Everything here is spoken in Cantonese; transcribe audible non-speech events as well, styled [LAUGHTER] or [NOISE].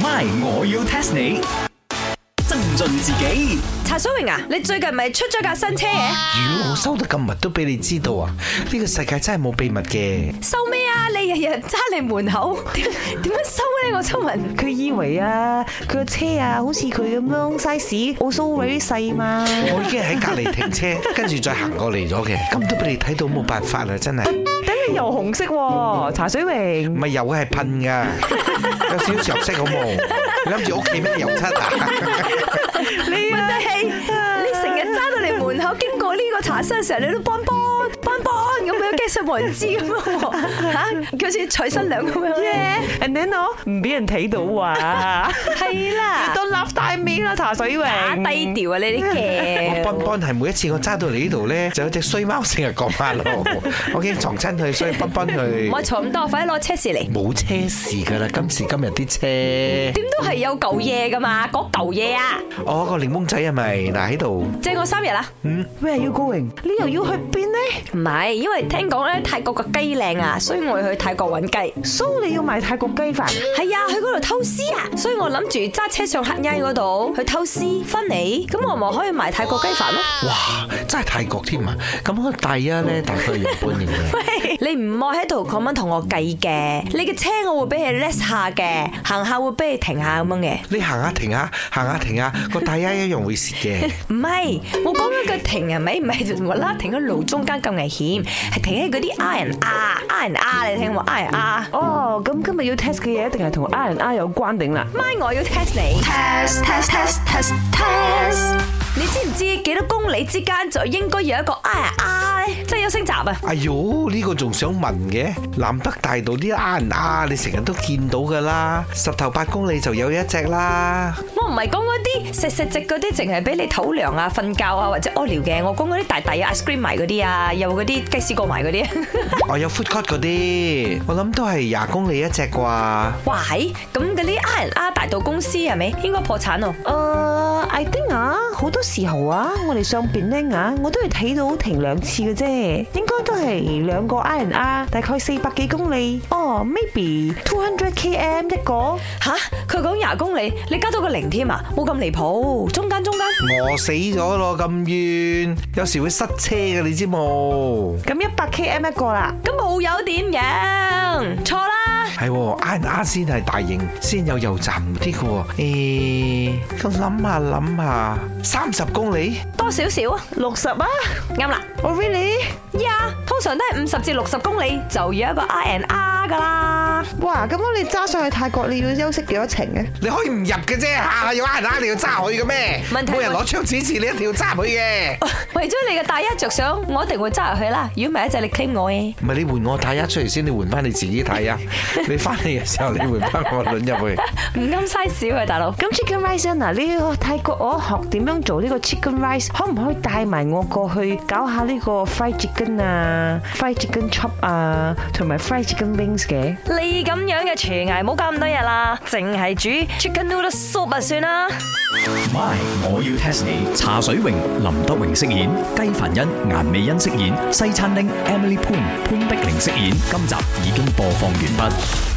My，我要 test 你。增進自己，茶水榮啊，你最近咪出咗架新車 [LAUGHS] 嘅？如果我收得咁密都俾你知道啊！呢個世界真係冇秘密嘅。收咩啊？你日日揸你門口，點點樣收咧？我想問。佢以為啊，佢個車啊，好似佢咁樣 size also very 細嘛。我已經喺隔離停車，跟住再行過嚟咗嘅，咁都俾你睇到冇辦法啦，真係。等你又紅色喎，茶水唔榮。係油係噴㗎，有少少油色好冇？你諗住屋企咩油漆啊？你問啊，題係你成日揸到你門口經過呢個茶室嘅時候，你都幫幫幫幫咁樣，驚上冇人知咁樣喎嚇，佢好似娶新娘咁樣咧。人哋我哦唔俾人睇到 [LAUGHS] 啊。係啦，到立大尾啦，茶水榮。打低調啊呢啲我嘅。邦邦係每一次我揸到嚟呢度咧，就有隻衰貓成日過馬路，我驚撞親佢，所以邦邦佢唔好坐咁多，快啲攞車匙嚟。冇車匙㗎啦。今時今日啲車，點都係有舊嘢噶嘛，嗰舊嘢啊，我個檸檬仔係咪嗱喺度？借我三日啊！ Where are you going？你又要去邊呢？唔係，因為聽講咧泰國嘅雞靚啊，所以我要去泰國揾雞。蘇你要賣泰國雞飯，係啊，去嗰度偷師啊，所以我諗住揸車上黑街嗰度去偷師翻嚟，咁我咪可以賣泰國雞飯咯。 [LAUGHS] 哇！真係泰國添啊！咁我第一咧大概係日本型嘅，你唔愛喺度咁樣同我計嘅，你嘅車我會俾你 less 下嘅，行下會俾你停下咁樣嘅。你行下停下，行下停下，個大丫一樣會蝕嘅。唔係，我講緊個停係咪？唔係無啦啦停喺路中間咁危險，係停喺嗰啲 R 人 R，R 人 R 你聽喎，R 人 R。哦，咁今日要 test 嘅嘢一定係同 R and R 有關定啦。咪我要 test 你。 test test test test test 你知唔知幾多公里之間就應該有一個 R 人 R 咧？即係有升閘啊！哎呦，呢、個仲想問嘅？南北大道啲啊唔啊，你成日都見到噶啦，十頭八公里就有一隻啦。我唔係講嗰啲石石直嗰啲，淨係俾你肚涼啊、瞓覺啊或者屙尿嘅。我講嗰啲大大啊、ice cream 埋嗰啲啊，有嗰啲雞絲過埋嗰啲。我有 food court 嗰啲，我諗都係廿公里一隻啩。哇係咁嗰啲 R R 大道公司係咪應該破產咯？誒、i think 啊，好多時候啊，我哋上邊咧啊，我都係睇到停兩次嘅啫，應該都係兩個 R and R，大概四百幾公里，哦、m a y b e two hundred km 一個。吓，佢講廿公里，你加多個零添啊，冇咁離譜。中間中間，餓死咗咯，咁遠，有時會塞車嘅，你知冇？咁一百 km 一個啦，咁冇有點樣？錯啦，係喎，R R 先係大型，先有油站嗰啲嘅喎。誒、咁諗下諗下，三十公里，多少少啊，六十啊，啱啦。我 really，呀，通常都係五十至六十公里就要一個 R N R 噶啦。哇！咁我你揸上去泰國，你要休息幾多程嘅？你可以唔入嘅啫，下下有 R R 你要揸佢嘅咩？問題冇人攞槍指示你一定要揸佢嘅。 [LAUGHS] 為咗你嘅大一着想，我一定會揸入去啦。如果唔係一陣你 claim 我嘅。唔係你換我睇一出嚟先，你換翻你自己睇啊！你翻嚟嘅時候，你換翻我輪入去。唔啱 size 啊，大佬。咁 chicken rice 啊，嗱，呢個泰國我學點樣做呢個 chicken rice，可唔可以帶埋我過去搞下呢個 fried chicken 啊、fried chicken chop 啊，同埋 fried chicken wings 嘅？你咁樣嘅廚藝，冇搞咁多嘢啦，淨係煮 chicken noodle soup 啊算啦。 My，我要 test 你。茶水榮、林德榮飾演，雞凡欣、顏美欣飾演，西餐廳 Emily Poon 潘碧玲飾演。今集已經播放完畢。